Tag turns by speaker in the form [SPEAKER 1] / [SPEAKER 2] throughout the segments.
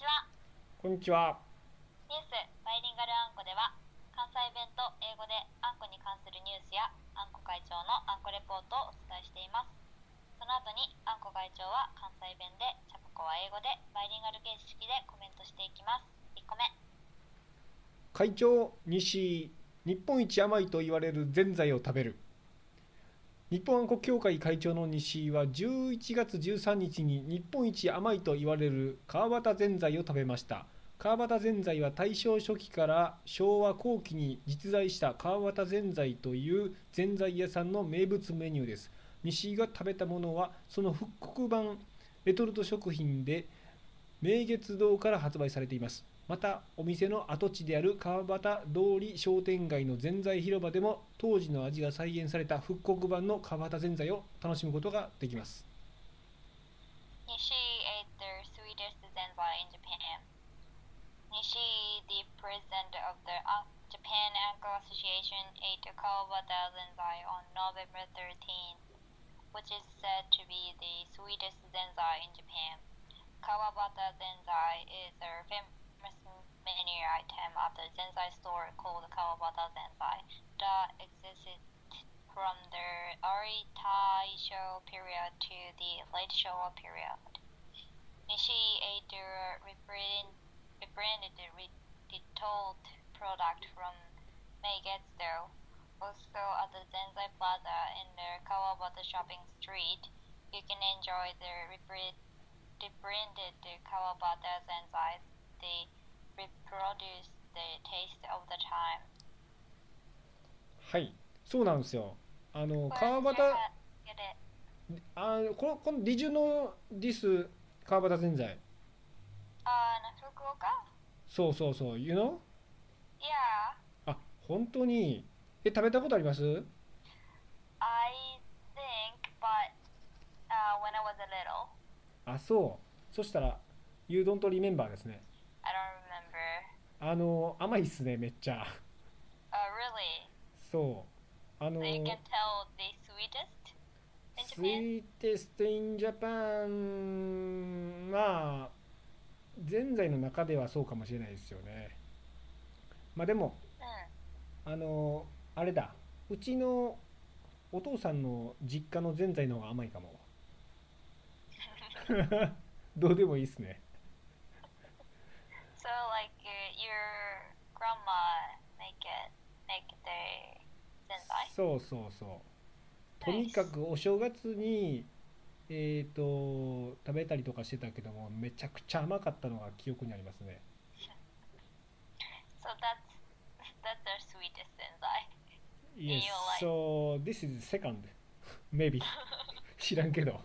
[SPEAKER 1] こんにちは。
[SPEAKER 2] ニュースバイリンガルあんこでは関西弁と英語であんこに関するニュースやあんこ会長のあんこレポートをお伝えしていますその後にあんこ会長は関西弁でチャココは英語でバイリンガル形式でコメントしていきます1個目
[SPEAKER 1] 会長西日本一甘いと言われるぜんざいを食べる日本あんこ協会会長の西井は11月13日に日本一甘いと言われる川端ぜんざいを食べました川端ぜんざいは大正初期から昭和後期に実在した川端ぜんざいというぜんざい屋さんの名物メニューです西井が食べたものはその復刻版レトルト食品で明月堂から発売されていますまたお店の跡地である川端通り商店街のぜんざい広場でも当時の味が再現された復刻版の川端ぜんざいを楽しむことができます
[SPEAKER 2] Nishi ate the sweetest zenbai in Japan. Nishi, the president of the uh, Japan Anko Association, ate a Kawabata zenbai on November 13th, which is said to be the sweetest zenbai in Japan. Kawabata zenbai is a famous menu item at the zenbai store called Kawabata zenbai that existed from the early Taisho period to the late Showa period. Nishi ate the rebrand- rebranded retold product from Meigetsu, also at the Zenzai Plaza in the Kawabata Shopping Street. You can enjoy the rebra- rebranded Kawabata Zenzai. They reproduce the taste of the time.
[SPEAKER 1] はいそうなんですよあの川端あのこのこのリジュのディス川端ぜんざい
[SPEAKER 2] あの福岡
[SPEAKER 1] そうそうそう you know
[SPEAKER 2] いや、
[SPEAKER 1] あ本当にえ食べたことあります
[SPEAKER 2] I think, but uh, when I was a little,
[SPEAKER 1] あそうそしたら You don't remember ですね
[SPEAKER 2] I don't remember.
[SPEAKER 1] あの甘いっすねめっちゃ
[SPEAKER 2] Uh, really?
[SPEAKER 1] そうあの
[SPEAKER 2] So you can tell the sweetest in
[SPEAKER 1] スイ
[SPEAKER 2] Japan?
[SPEAKER 1] ーテスト・イン・ジャパンまあぜんざいの中ではそうかもしれないですよねまあでも
[SPEAKER 2] Mm.
[SPEAKER 1] あのあれだうちのお父さんの実家のぜんざいの方が甘いかも どうでもいいっすね
[SPEAKER 2] So like uh, your grandma make it, make the sensei?
[SPEAKER 1] そうそうそうとにかくお正月にえっ、と食べたりとかしてたけどもめちゃくちゃ甘かったのが記憶にありますね
[SPEAKER 2] So that's that's their sweetest sensei.
[SPEAKER 1] Yes,
[SPEAKER 2] your life.
[SPEAKER 1] so this is second, maybe. 知らんけど。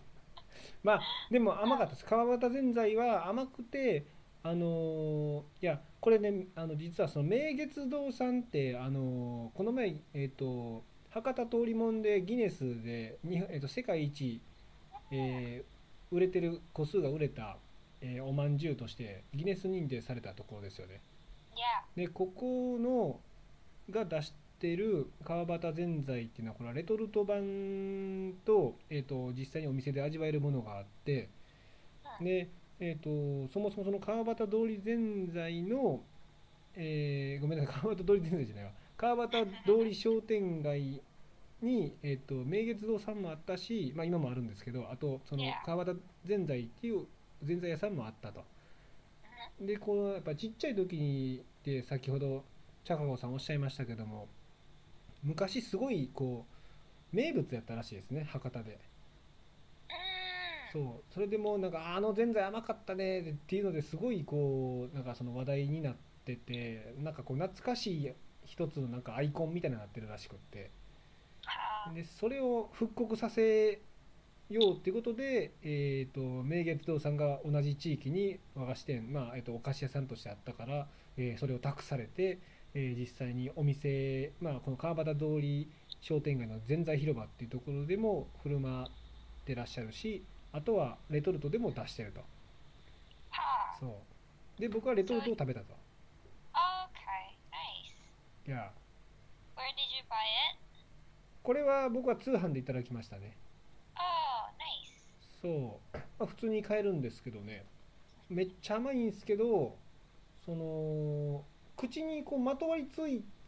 [SPEAKER 1] まあ、でも甘かったです。川端ぜんざいは甘くて、あのーいや、これね、あの実はその明月堂さんって、あのーこの前、えっ、と、博多通りもんでギネスで、にえー、と世界一、えー売れてる個数が売れた、えーおまんじゅうとしてギネス認定されたところですよね。
[SPEAKER 2] Yeah.
[SPEAKER 1] でここのが出してる川端ぜんざいっていうのはこれはレトルト版と,、えー、と実際にお店で味わえるものがあって
[SPEAKER 2] うん
[SPEAKER 1] で、えー、とそもそもその川端通りぜんざいの、えーごめんなさい川端通りぜんざいじゃないわ川端通り商店街に、えー、と明月堂さんもあったし、まあ、今もあるんですけどあとその
[SPEAKER 2] Yeah.
[SPEAKER 1] 川端ぜんざいっていうぜんざい屋さんもあったと。でこのやっぱちっちゃい時にで先ほどチャカゴさんおっしゃいましたけども昔すごいこう名物やったらしいですね博多で
[SPEAKER 2] Mm.
[SPEAKER 1] そうそれでもうなんかあのぜんざい甘かったねっていうのですごいこうなんかその話題になっててなんかこう懐かしい一つのなんかアイコンみたいになってるらしくって
[SPEAKER 2] Ah,
[SPEAKER 1] でそれを復刻させようっていうことで、えー、と明月堂さんが同じ地域に和菓子店、まあえー、とお菓子屋さんとしてあったから、えーそれを託されて、えー実際にお店、まあ、この川端通り商店街のぜんざい広場っていうところでも振る舞ってらっしゃるしあとはレトルトでも出してると
[SPEAKER 2] ah.
[SPEAKER 1] そうで僕はレトルトを食べたと
[SPEAKER 2] Okay, nice.
[SPEAKER 1] い
[SPEAKER 2] Where did
[SPEAKER 1] や
[SPEAKER 2] you buy it?
[SPEAKER 1] これは僕は通販でいただきましたね
[SPEAKER 2] Oh, nice.
[SPEAKER 1] そう、まあ、普通に買えるんですけどねめっちゃ甘いんですけどその口にこうまとわりつ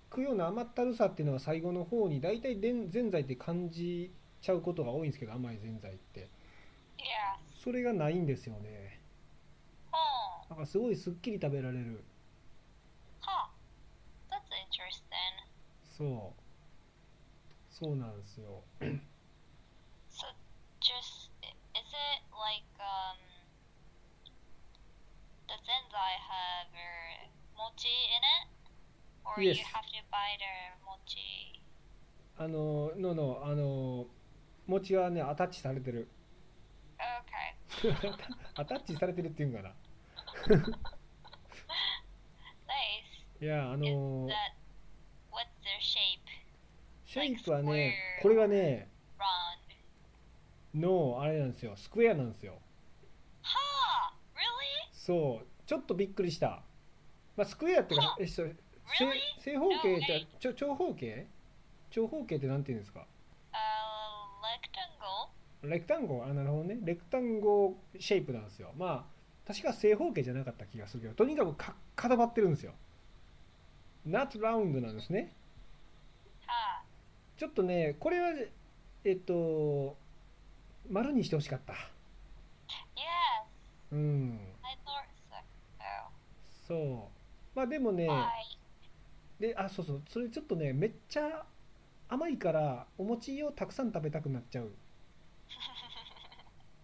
[SPEAKER 1] くような甘ったるさっていうのは最後の方に大体でんぜんざいって感じちゃうことが多いんですけど甘いぜんざいって
[SPEAKER 2] Yes.
[SPEAKER 1] それがないんですよね
[SPEAKER 2] Oh.
[SPEAKER 1] なんかすごいすっきり食べられる
[SPEAKER 2] Huh. That's interesting.
[SPEAKER 1] そうそうなんですよ
[SPEAKER 2] So just is it like um the zenzai have uh, mochi in it? Or you
[SPEAKER 1] Yes.
[SPEAKER 2] have to buy the mochi?
[SPEAKER 1] あのののあの餅はねアタッチされてる
[SPEAKER 2] Okay.
[SPEAKER 1] アタッチされてるっていうんかな
[SPEAKER 2] Nice.
[SPEAKER 1] いやあの
[SPEAKER 2] Is that what's their shape?
[SPEAKER 1] シェイプはねこれがね
[SPEAKER 2] Round.
[SPEAKER 1] のあれなんですよスクエアなんですよ
[SPEAKER 2] Huh! Really?
[SPEAKER 1] そうちょっとびっくりした、まあ、スクエアっていうかえそう正
[SPEAKER 2] Really?
[SPEAKER 1] 正方形っ
[SPEAKER 2] No
[SPEAKER 1] て
[SPEAKER 2] way.
[SPEAKER 1] ちょ長方形長方形ってなんて言うんですか
[SPEAKER 2] Uh, rectangle.
[SPEAKER 1] レクタンゴあなるほどねレクタンゴシェイプなんですよまあ確か正方形じゃなかった気がするけどとにかくか固まってるんですよ Not round なんですね
[SPEAKER 2] Huh.
[SPEAKER 1] ちょっとねこれはえっと丸にしてほしかった
[SPEAKER 2] Yes.
[SPEAKER 1] うん
[SPEAKER 2] I thought so. Oh.
[SPEAKER 1] そうまあでもね
[SPEAKER 2] I
[SPEAKER 1] であそうそうそれちょっとねめっちゃ甘いからお餅をたくさん食べたくなっちゃう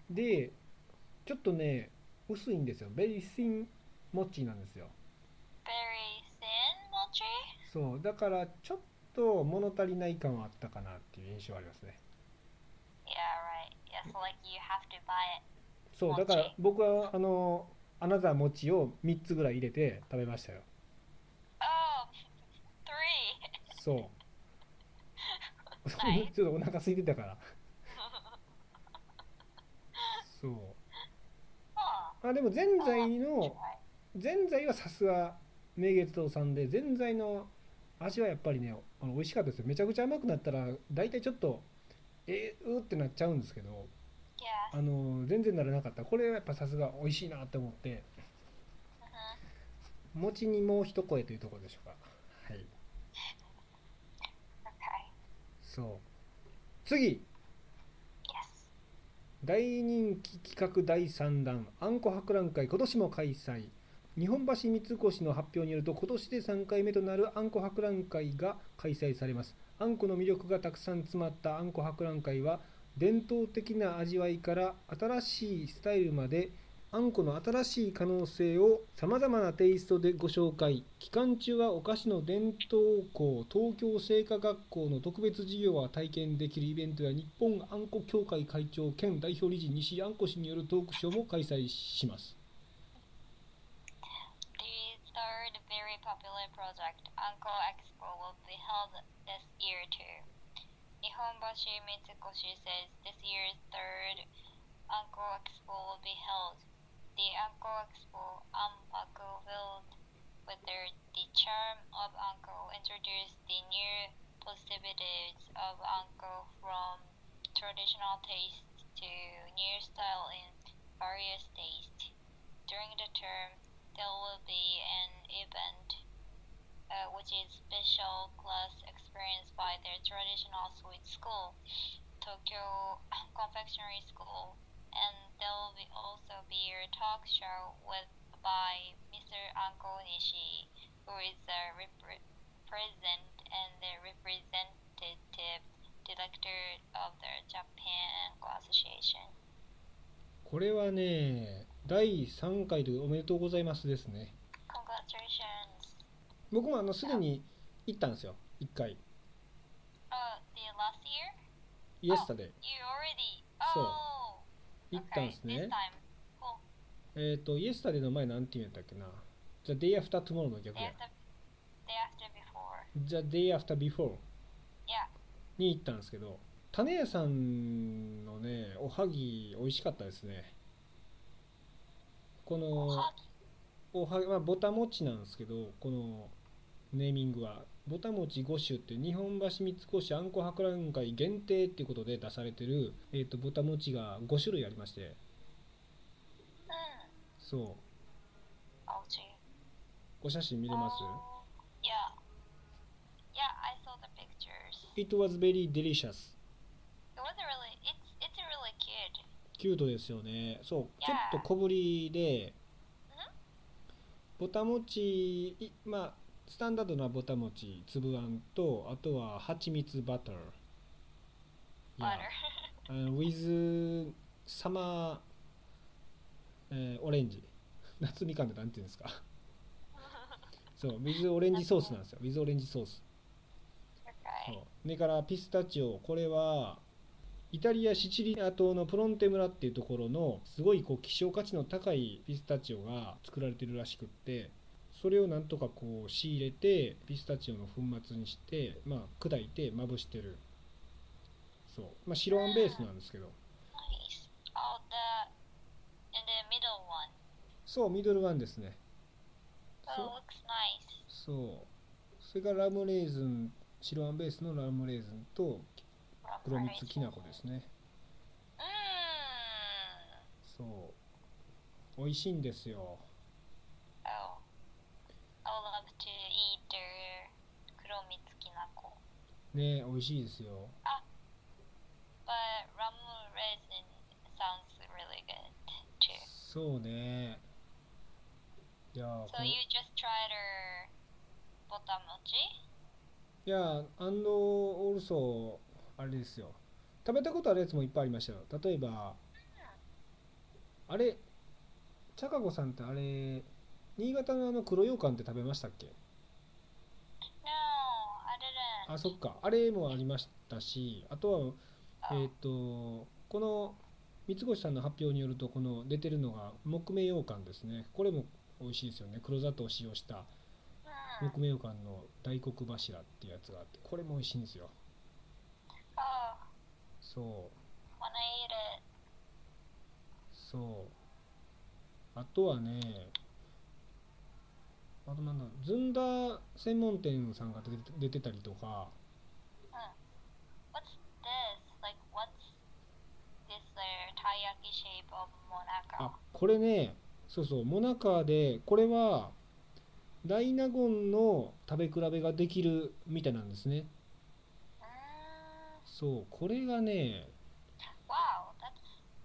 [SPEAKER 1] でちょっとね薄いんですよベリシン餅なんですよ
[SPEAKER 2] very thin mochi?
[SPEAKER 1] そうだからちょっと物足りない感はあったかなっていう印象はありますね
[SPEAKER 2] Yeah, right. Yes, like you have to buy it.
[SPEAKER 1] そうだ
[SPEAKER 2] 餅
[SPEAKER 1] から僕はあのアナザー餅を3つぐらい入れて食べましたよ
[SPEAKER 2] Oh, three.
[SPEAKER 1] そう
[SPEAKER 2] はい
[SPEAKER 1] ちょっとお腹空いてたからそう
[SPEAKER 2] Huh.
[SPEAKER 1] あでもぜんざいの
[SPEAKER 2] Oh, Right.
[SPEAKER 1] ぜんざいはさすが明月堂さんでぜんざいの味はやっぱりねあの美味しかったですよめちゃくちゃ甘くなったら大体ちょっとえー、うーってなっちゃうんですけど
[SPEAKER 2] Yes.
[SPEAKER 1] あの全然ならなかったこれはやっぱさすが美味しいなって思って
[SPEAKER 2] Mhm.
[SPEAKER 1] 餅にもう一声というところでしょうかはい
[SPEAKER 2] Okay.
[SPEAKER 1] そう次
[SPEAKER 2] Yes.
[SPEAKER 1] 大人気企画第3弾あんこ博覧会今年も開催日本橋三越の発表によると今年で3回目となるあんこ博覧会が開催されますあんこの魅力がたくさん詰まったあんこ博覧会は伝統的な味わいから新しいスタイルまであんこの新しい可能性をさまざまなテイストでご紹介期間中はお菓子の伝統校東京製菓学校の特別授業が体験できるイベントや日本あんこ協会会長兼代表理事西井あんこ氏によるトークショーも開催します
[SPEAKER 2] The third very popular project, Anko Expo, will be held this year too. Nihonbashi Mitsukoshi says this year's third Anko Expo will be held. The Anko Expo Anpaku filled with their, the charm of Anko introduced the new possibilities of Anko from traditional taste to new style in various tastes. During the term, there will be an event uh, which is special class experience by their traditional sweet school, Tokyo Confectionery School, and there will be also be a talk show with by Mr. Anko Nishi, who is the repre- president and the representative director of the Japan Anko Association.
[SPEAKER 1] これはね第3回でおめでとうございますですね
[SPEAKER 2] Congratulations.
[SPEAKER 1] 僕もあのすでに行ったんですよ1回
[SPEAKER 2] Uh, the last year.
[SPEAKER 1] イエスタで
[SPEAKER 2] You already.
[SPEAKER 1] So,
[SPEAKER 2] Oh.
[SPEAKER 1] 行ったんです
[SPEAKER 2] This
[SPEAKER 1] ね
[SPEAKER 2] time. Cool.
[SPEAKER 1] えっ、とイエスタでの前なんて言うんやったっけなじゃあ Day After Tomorrow の逆
[SPEAKER 2] Day
[SPEAKER 1] や
[SPEAKER 2] after, day after before.
[SPEAKER 1] The Day After
[SPEAKER 2] Yeah.
[SPEAKER 1] Before に行ったんですけど種屋さんのねおはぎ美味しかったですねこの
[SPEAKER 2] Hot.
[SPEAKER 1] おはぎまあぼたもちなんですけどこのネーミングはぼたもち5種って日本橋三越あんこ博覧会限定っていうことで出されてる、えー、とぼたもちが5種類ありまして
[SPEAKER 2] Mm.
[SPEAKER 1] そ
[SPEAKER 2] Oh gee.
[SPEAKER 1] うお写真見れます
[SPEAKER 2] Oh, Yeah. Yeah, I saw the pictures.
[SPEAKER 1] ?It was very delicious.
[SPEAKER 2] It was really it's it's really cute.
[SPEAKER 1] キュートですよね。そう、
[SPEAKER 2] Yeah.
[SPEAKER 1] ちょっと小ぶりで
[SPEAKER 2] Mhm.、
[SPEAKER 1] ぼたもち、いまあ、スタンダードなぼたもち、つぶあんと、あとは蜂蜜バター。Yeah.
[SPEAKER 2] Butter.
[SPEAKER 1] Uh, with summer、えー、オレンジ。夏みかんってなんていうんですか。そう、with オレンジソースなんですよ。with オレンジソース。そ
[SPEAKER 2] okay.
[SPEAKER 1] うそれからピスタチオ、これはイタリア・シチリア島のプロンテ村っていうところのすごいこう希少価値の高いピスタチオが作られてるらしくってそれをなんとかこう仕入れてピスタチオの粉末にして、まあ、砕いてまぶしてるそう、まあ、白あんベースなんですけど
[SPEAKER 2] Nice. Oh, the and the middle one.
[SPEAKER 1] そうミドルワンですね
[SPEAKER 2] Oh,
[SPEAKER 1] So-
[SPEAKER 2] looks nice.
[SPEAKER 1] そうそれがラムレーズン白あんベースのラムレーズンと黒蜜きな粉ですね
[SPEAKER 2] Mmm.
[SPEAKER 1] そう美味しいんですよ
[SPEAKER 2] Oh. I would love to eat the kuromitsukinako.
[SPEAKER 1] ね美味しいですよ
[SPEAKER 2] But ramen resin sounds really good too.
[SPEAKER 1] そうねいやーこ
[SPEAKER 2] So
[SPEAKER 1] の
[SPEAKER 2] you just tried her botamochi?
[SPEAKER 1] いやアンドオルソあれですよ食べたことあるやつもいっぱいありましたよ例えばあれチャカ子さんってあれ新潟のあの黒羊羹って食べましたっけ
[SPEAKER 2] No, I didn't.
[SPEAKER 1] あそっかあれもありましたしあとは
[SPEAKER 2] Oh,
[SPEAKER 1] えっ、とこの三越さんの発表によるとこの出てるのが木目羊羹ですねこれも美味しいですよね黒砂糖を使用した
[SPEAKER 2] hmm.
[SPEAKER 1] 木目羊羹の大黒柱っていうやつがあってこれも美味しいんですよ
[SPEAKER 2] oh,
[SPEAKER 1] そう
[SPEAKER 2] when I eat it,
[SPEAKER 1] そうあとはねあとなんだずんだ専門店さんが出て出てたりとか
[SPEAKER 2] what's this? Like, what's this uh, taiyaki shape of Monaco?
[SPEAKER 1] あこれねそうそうモナカでこれは大納言の食べ比べができるみたいなんですね
[SPEAKER 2] Mm,
[SPEAKER 1] そうこれがね
[SPEAKER 2] wow, that's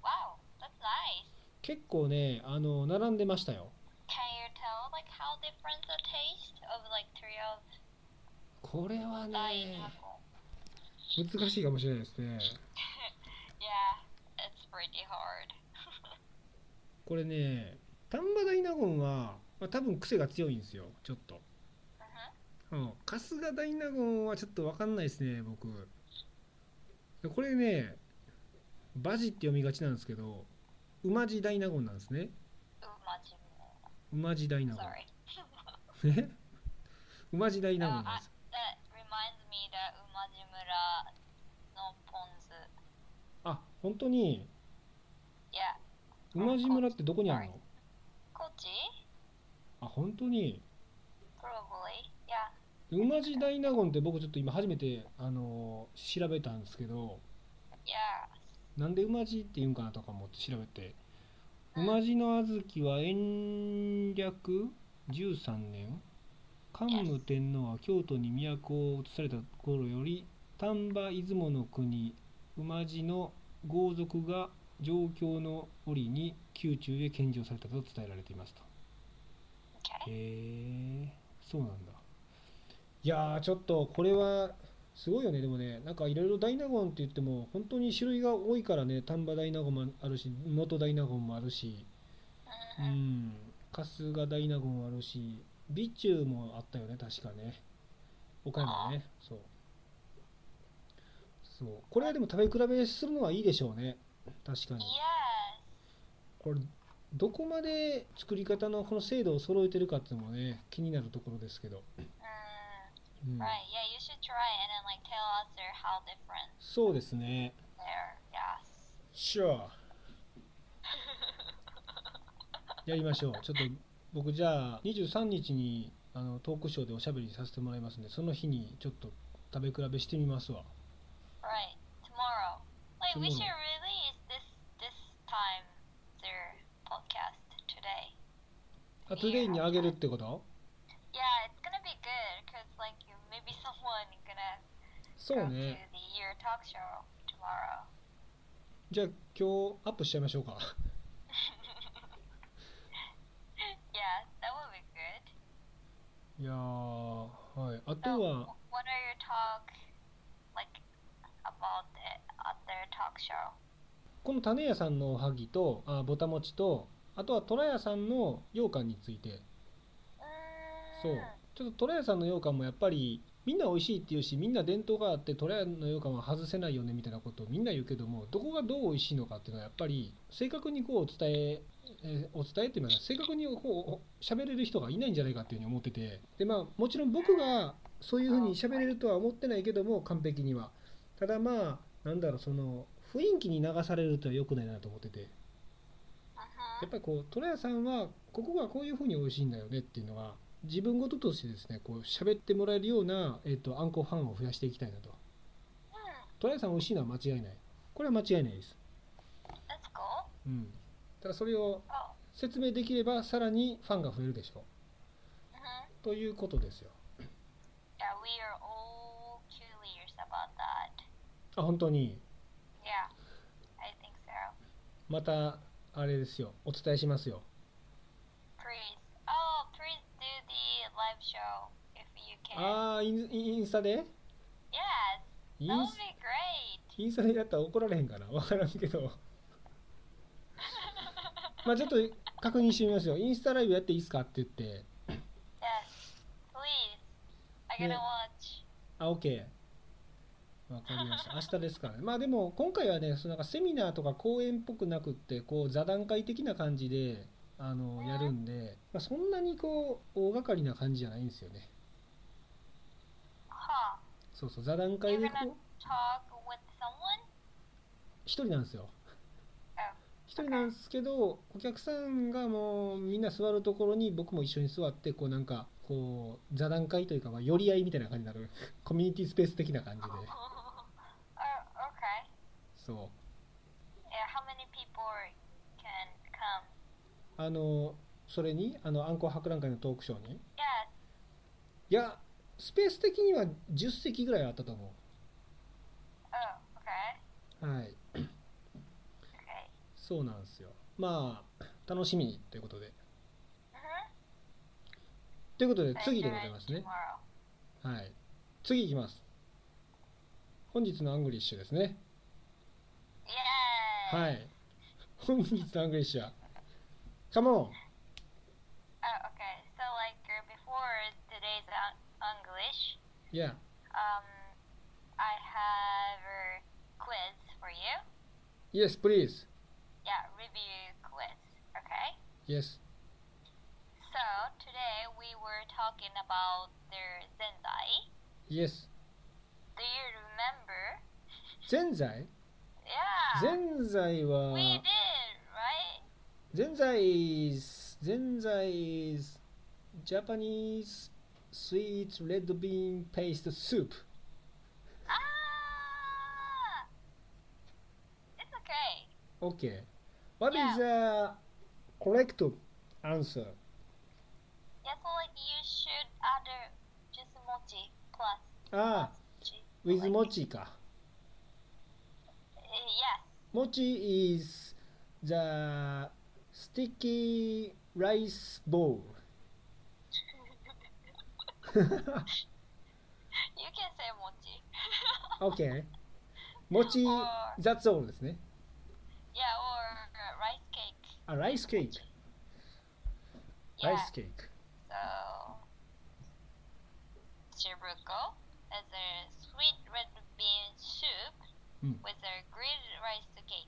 [SPEAKER 2] wow, that's nice.
[SPEAKER 1] 結構ねあの並んでましたよ
[SPEAKER 2] Can you tell like how different the taste of like three of
[SPEAKER 1] これはね
[SPEAKER 2] Dainago?
[SPEAKER 1] 難しいかもしれないですね
[SPEAKER 2] Yeah, it's pretty hard.
[SPEAKER 1] これね丹波大納言は、まあ、多分癖が強いんですよちょっと、
[SPEAKER 2] Mhm.
[SPEAKER 1] うん、春日大納言はちょっと分かんないですね僕でこれねバジって読みがちなんですけど馬路大納言なんですね
[SPEAKER 2] Umaji.
[SPEAKER 1] 馬路大納
[SPEAKER 2] Sorry.
[SPEAKER 1] 言え馬路大納言なんです
[SPEAKER 2] That reminds me that Umajimura no ponzu.
[SPEAKER 1] あ本当に
[SPEAKER 2] Yeah.
[SPEAKER 1] 馬路村ってどこにあるの
[SPEAKER 2] Kochi?
[SPEAKER 1] あ本当に
[SPEAKER 2] Probably. Yeah.
[SPEAKER 1] 馬路大納言って僕ちょっと今初めてあのー調べたんですけど
[SPEAKER 2] Yeah.
[SPEAKER 1] なんで馬路っていうんかなとかも調べて
[SPEAKER 2] うん
[SPEAKER 1] 馬路の小豆は延暦13年桓武天皇は京都に都を移された頃より丹波出雲の国馬路の豪族が上京の折に宮中へ献上されたと伝えられていますと
[SPEAKER 2] Okay.
[SPEAKER 1] へえそうなんだいやーちょっとこれはすごいよねでもねなんかいろいろ大納言って言っても本当に種類が多いからね丹波大納言もあるし元大納言もあるしう
[SPEAKER 2] Mhm.
[SPEAKER 1] ん春日大納言もあるし備中もあったよね確かね岡山ねそうそうこれはでも食べ比べするのはいいでしょうね確かに
[SPEAKER 2] Yes.
[SPEAKER 1] これどこまで作り方のこの精度を揃えてるかっていうのもね気になるところですけど、
[SPEAKER 2] Mm.
[SPEAKER 1] うん
[SPEAKER 2] Right. Yeah. You should try it and then like tell us there how different
[SPEAKER 1] そうですね
[SPEAKER 2] they're. Yes.
[SPEAKER 1] Sure やりましょうちょっと僕じゃあ23日にあのトークショーでおしゃべりさせてもらいますんでその日にちょっと食べ比べしてみますわ
[SPEAKER 2] Right. Tomorrow. Like we
[SPEAKER 1] Tomorrow.
[SPEAKER 2] should release this this time their podcast today.
[SPEAKER 1] あトゥデイにあげるってこと そう
[SPEAKER 2] go
[SPEAKER 1] ね
[SPEAKER 2] to the year talk show tomorrow.
[SPEAKER 1] じゃあ今日アップしちゃいましょうか
[SPEAKER 2] Yeah, that would be good.
[SPEAKER 1] いやーはいあと
[SPEAKER 2] So, wh- what are your
[SPEAKER 1] は
[SPEAKER 2] talk like about the at their talk show?
[SPEAKER 1] この種屋さんのおはぎとあボタもちとあとは虎屋さんの羊羹について
[SPEAKER 2] Mm,
[SPEAKER 1] そうちょっと虎屋さんの羊羹もやっぱりみんな美味しいっていうしみんな伝統があって虎屋の羊羹は外せないよねみたいなことをみんな言うけどもどこがどう美味しいのかっていうのはやっぱり正確にこうお伝ええーお伝えっていうのは正確にこう喋れる人がいないんじゃないかっていうふうに思っててでまあもちろん僕がそういうふうに喋れるとは思ってないけども完璧にはただまあなんだろうその雰囲気に流されるとは良くないなと思ってて
[SPEAKER 2] Mm-hmm.
[SPEAKER 1] やっぱりこうトラヤさんはここがこういうふうに美味しいんだよねっていうのは自分事としてですねこう喋ってもらえるような、えっとあんこファンを増やしていきたいなと
[SPEAKER 2] Mm,
[SPEAKER 1] トラヤさん美味しいのは間違いないこれは間違いないです、
[SPEAKER 2] that's cool.
[SPEAKER 1] うん、ただそれを
[SPEAKER 2] Oh.
[SPEAKER 1] 説明できればさらにファンが増えるでしょ
[SPEAKER 2] Mm-hmm.
[SPEAKER 1] うということですよ
[SPEAKER 2] Yeah, we are all curious about that.
[SPEAKER 1] あ本当に
[SPEAKER 2] Yeah, I think so.
[SPEAKER 1] またあれですよお伝えしますよ
[SPEAKER 2] Please, oh, please do the live show if you can.
[SPEAKER 1] ああインインスタで
[SPEAKER 2] yes,
[SPEAKER 1] イ
[SPEAKER 2] that
[SPEAKER 1] ン
[SPEAKER 2] would
[SPEAKER 1] ス
[SPEAKER 2] be great.
[SPEAKER 1] インスタでやったら怒られへんかな 分からんけどまあちょっと確認してみますよインスタライブやっていいですかって言って
[SPEAKER 2] Yes, please. I
[SPEAKER 1] Yeah.
[SPEAKER 2] gotta watch.
[SPEAKER 1] あ OK わかりました明日ですからねまあでも今回はねそのなんかセミナーとか講演っぽくなくってこう座談会的な感じであのやるんで、まあ、そんなにこう大掛かりな感じじゃないんですよね
[SPEAKER 2] Huh?
[SPEAKER 1] そうそう座談会
[SPEAKER 2] You're
[SPEAKER 1] でこ
[SPEAKER 2] gonna talk
[SPEAKER 1] う
[SPEAKER 2] with someone?
[SPEAKER 1] 一人なんですよ
[SPEAKER 2] あ
[SPEAKER 1] 一人なんですけどお客さんがもうみんな座るところに僕も一緒に座ってこうなんかこう座談会というかまあ寄り合いみたいな感じになる コミュニティスペース的な感じで
[SPEAKER 2] oh, okay.
[SPEAKER 1] そう
[SPEAKER 2] Yeah, how many people can come?
[SPEAKER 1] あのそれにあのアンコ博覧会のトークショーに
[SPEAKER 2] Yes.
[SPEAKER 1] いやスペース的には10席ぐらいあったと思
[SPEAKER 2] Oh, okay.
[SPEAKER 1] うはい
[SPEAKER 2] Okay.
[SPEAKER 1] そうなんですよまあ楽しみにということで
[SPEAKER 2] Mm-hmm.
[SPEAKER 1] ということで次でございますね
[SPEAKER 2] Tomorrow.
[SPEAKER 1] はい次いきます本日のアングリッシュですね
[SPEAKER 2] Yay!
[SPEAKER 1] はい。本日のアングリッシュは、カモン
[SPEAKER 2] Oh, okay. So, like uh, before today's un- English,
[SPEAKER 1] Yeah.
[SPEAKER 2] um, I have a quiz for you.
[SPEAKER 1] Yes, please.
[SPEAKER 2] Yeah, review quiz. Okay.
[SPEAKER 1] Yes.
[SPEAKER 2] So today we were talking about the zenzai.
[SPEAKER 1] Yes.
[SPEAKER 2] Do you remember?
[SPEAKER 1] ぜんざい
[SPEAKER 2] Yeah.
[SPEAKER 1] ぜんざいは、
[SPEAKER 2] we did, right?
[SPEAKER 1] ぜんざい is, ぜんざい is Japanese sweet red bean paste soup.
[SPEAKER 2] Ah, it's okay.
[SPEAKER 1] Okay. What
[SPEAKER 2] Yeah.
[SPEAKER 1] is the correct answer?
[SPEAKER 2] Yeah, so like you should add uh, just mochi plus
[SPEAKER 1] ああ、
[SPEAKER 2] mochi.
[SPEAKER 1] with
[SPEAKER 2] Like-
[SPEAKER 1] 餅か。
[SPEAKER 2] Uh, yes.
[SPEAKER 1] 餅 is the sticky rice ball.
[SPEAKER 2] You can say mochi.
[SPEAKER 1] Okay. 餅、
[SPEAKER 2] Or-
[SPEAKER 1] that's all ですね。
[SPEAKER 2] yeah, or uh, rice cake.
[SPEAKER 1] あ、ライスケーキ。ラ
[SPEAKER 2] Yeah.
[SPEAKER 1] イスケーキ。
[SPEAKER 2] So, Chibuko is a sweet red bean soup
[SPEAKER 1] Mm.
[SPEAKER 2] with a grilled rice cake.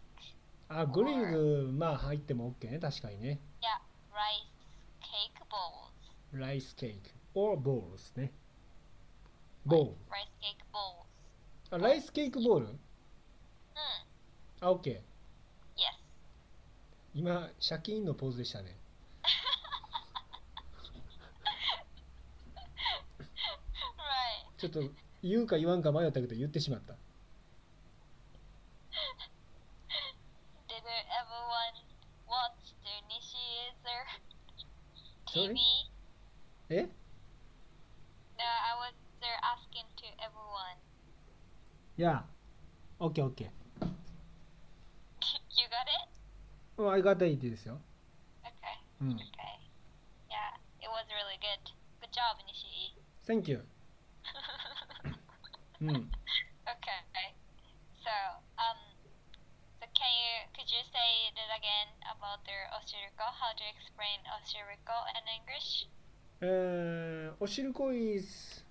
[SPEAKER 1] あ、グリル、まあ入っても OK ね。確かにね。
[SPEAKER 2] Yeah, rice cake bowls.
[SPEAKER 1] ライスケーキ。or ボールですね。ボール
[SPEAKER 2] Rice cake bowls.。
[SPEAKER 1] あ、ライスケーキボール
[SPEAKER 2] Hmm.
[SPEAKER 1] あ、OK。
[SPEAKER 2] Yes.
[SPEAKER 1] 今、シャキーンのポーズでしたね。
[SPEAKER 2] Right.
[SPEAKER 1] ちょっと言うか言わんか迷ったけど言ってしまった。
[SPEAKER 2] Did everyone watch the Nishiizer
[SPEAKER 1] Sorry?
[SPEAKER 2] TV?
[SPEAKER 1] え
[SPEAKER 2] No, I was there asking to everyone.
[SPEAKER 3] Yeah. Okay, okay.
[SPEAKER 2] you got it?
[SPEAKER 3] Oh, I got the idea ですよ。
[SPEAKER 2] Okay.
[SPEAKER 1] Hmm.
[SPEAKER 3] うん。
[SPEAKER 2] Okay. Yeah, it was really good. Good job, Nishii.
[SPEAKER 1] Thank you. うん。
[SPEAKER 2] okay. So, um, so can you could you say that again about the oshiriko? How to explain oshiriko in English?
[SPEAKER 1] えー、おしるこ is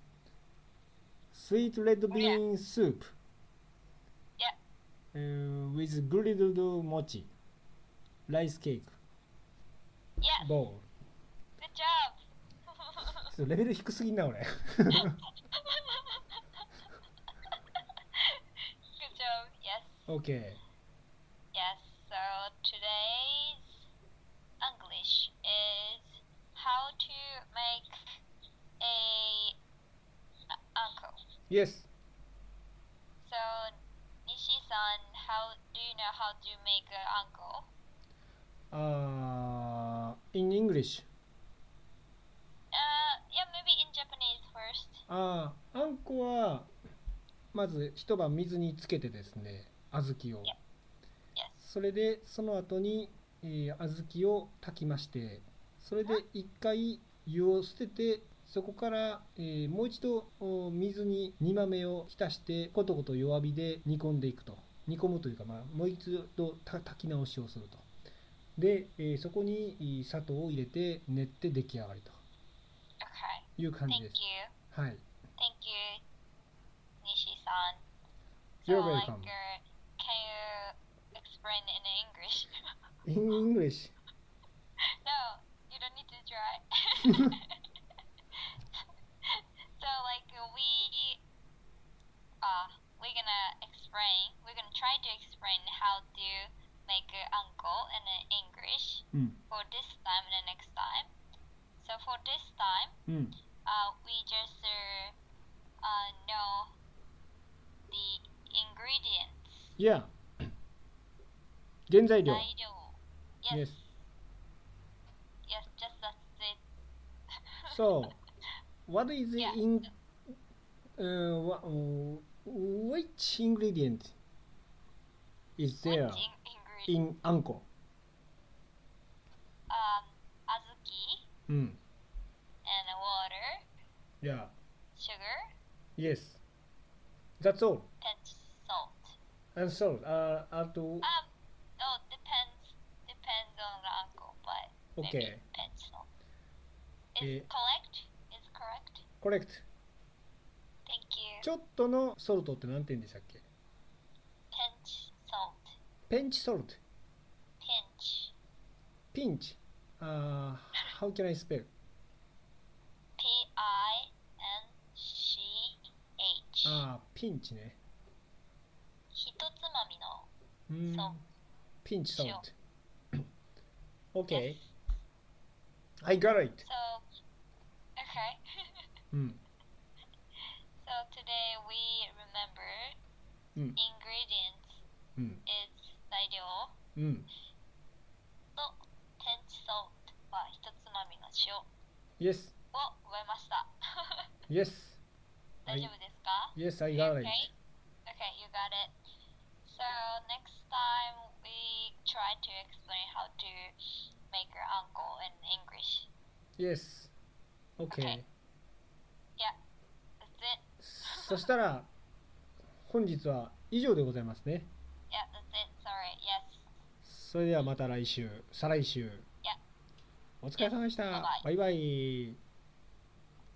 [SPEAKER 1] sweet red bean soup.
[SPEAKER 2] Yeah.
[SPEAKER 1] えー with grilled mochi, rice cake,
[SPEAKER 2] Yeah.
[SPEAKER 1] bowl.
[SPEAKER 2] Good job.
[SPEAKER 1] ちょっとレベル低すぎんな俺。
[SPEAKER 2] Good job. Yes.
[SPEAKER 1] OK。
[SPEAKER 2] Yes. So today's English is how to make a a- uncle.
[SPEAKER 1] Yes.
[SPEAKER 2] So Nishi-san, how do you know how to make an uncle?
[SPEAKER 1] Uh, in English.
[SPEAKER 2] Uh, yeah, maybe in Japanese first.
[SPEAKER 1] ああ、あんこはまず一晩水につけてですね、小豆を。
[SPEAKER 2] Yes.
[SPEAKER 1] それでその後に、えー小豆を炊きまして、それで一回湯を捨てて、そこから、えーもう一度お水に煮豆を浸して、ことこと弱火で煮込んでいくと。煮込むというか、まあ、もう一度た炊き直しをすると。で、えーそこにえー砂糖を入れて練って出来上がりと
[SPEAKER 2] Okay.
[SPEAKER 1] いう感じ
[SPEAKER 2] Thank
[SPEAKER 1] です。
[SPEAKER 2] you.
[SPEAKER 1] はい。
[SPEAKER 2] Thank you, Nishi-san.
[SPEAKER 1] You're
[SPEAKER 2] so, Like, uh,
[SPEAKER 1] welcome.
[SPEAKER 2] can you explain in English?
[SPEAKER 1] In English.
[SPEAKER 2] no, you don't need to try. so, like, we, uh, we're gonna explain. We're gonna try to explain how to make an uncle in uh, English
[SPEAKER 1] うん。
[SPEAKER 2] for this time and the next time. So for this time.
[SPEAKER 1] うん。
[SPEAKER 2] uh, we just uh, uh, know the ingredients.
[SPEAKER 1] いや。原材料。
[SPEAKER 2] I know. Yes.
[SPEAKER 1] Yes.
[SPEAKER 2] Yes, just that's it.
[SPEAKER 1] So, what is the
[SPEAKER 2] Yeah.
[SPEAKER 1] in uh, wha- uh, which ingredient is there
[SPEAKER 2] Which in- ingredient?
[SPEAKER 1] in anko?
[SPEAKER 2] Um, azuki
[SPEAKER 1] うん。
[SPEAKER 2] and water,
[SPEAKER 1] Yeah.
[SPEAKER 2] sugar,
[SPEAKER 1] Yes. That's all.
[SPEAKER 2] and salt.
[SPEAKER 1] And so, uh, I to
[SPEAKER 2] Um, oh, depends depends on the uncle, but
[SPEAKER 1] okay.
[SPEAKER 2] maybe depends on. Is
[SPEAKER 1] Eh.
[SPEAKER 2] correct? Is correct?
[SPEAKER 1] Correct.
[SPEAKER 2] Thank you.
[SPEAKER 1] ちょっとのソルトってなんて言うんでしたっけ？
[SPEAKER 2] Pinch salt.
[SPEAKER 1] ペンチソルト。
[SPEAKER 2] Pinch.
[SPEAKER 1] ピンチ。あ、how can I spell?
[SPEAKER 2] P I N C H。
[SPEAKER 1] あー、ピンチね。
[SPEAKER 2] ひとつまみの。
[SPEAKER 1] うん
[SPEAKER 2] そう。
[SPEAKER 1] ピンチソルト。
[SPEAKER 2] Yes.
[SPEAKER 1] okay. I got it.
[SPEAKER 2] So, okay.
[SPEAKER 1] うん。
[SPEAKER 2] so today we remember
[SPEAKER 1] うん。
[SPEAKER 2] ingredients
[SPEAKER 1] うん。
[SPEAKER 2] is 材料
[SPEAKER 1] うん。
[SPEAKER 2] と pinch salt はひとつまみの塩を
[SPEAKER 1] Yes.
[SPEAKER 2] 覚えま した。
[SPEAKER 1] Yes.
[SPEAKER 2] 大丈夫ですか
[SPEAKER 1] Yes, I got
[SPEAKER 2] Okay.
[SPEAKER 1] it.
[SPEAKER 2] Okay, you got it. So next time we try to explain how to make your uncle in English.
[SPEAKER 1] Yes. Okay.
[SPEAKER 2] Okay. That's it.
[SPEAKER 1] そしたら本日は以上でございますね。
[SPEAKER 2] Yeah, that's it. Sorry. Yes.
[SPEAKER 1] それではまた来週、再来週。
[SPEAKER 2] Yeah.
[SPEAKER 1] お疲れ様でした。
[SPEAKER 2] Yeah.
[SPEAKER 1] バイバイ。